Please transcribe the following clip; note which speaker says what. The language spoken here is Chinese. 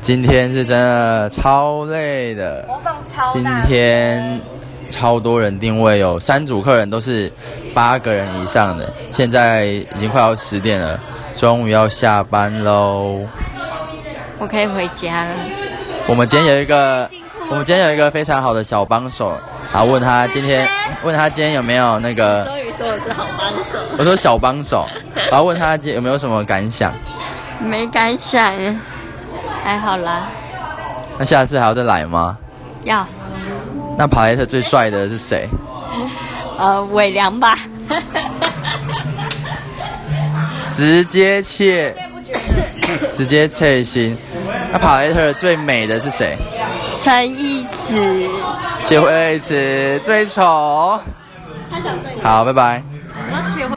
Speaker 1: 今天是真的超累的，
Speaker 2: 我放超
Speaker 1: 今
Speaker 2: 大声
Speaker 1: 天超多人定位，有三组客人都是八个人以上的，现在已经快要十点了，终于要下班喽。
Speaker 3: 我可以回家了。
Speaker 1: 我们今天有一个，我们今天有一个非常好的小帮手，啊，问他今天，问他今天有没有那个，
Speaker 3: 周宇说我是好帮手，
Speaker 1: 我说小帮手，然后问他今天有没有什么感想，
Speaker 3: 没敢想，还好啦。
Speaker 1: 那下次还要再来吗？
Speaker 3: 要
Speaker 1: 那帕莱特最帅的是谁？
Speaker 3: 呃伪良吧，
Speaker 1: 直接切，
Speaker 2: 不觉得？
Speaker 1: 直接切心。那帕莱特最美的是谁？
Speaker 3: 陈一慈。
Speaker 1: 协会词最丑。他想好，拜拜。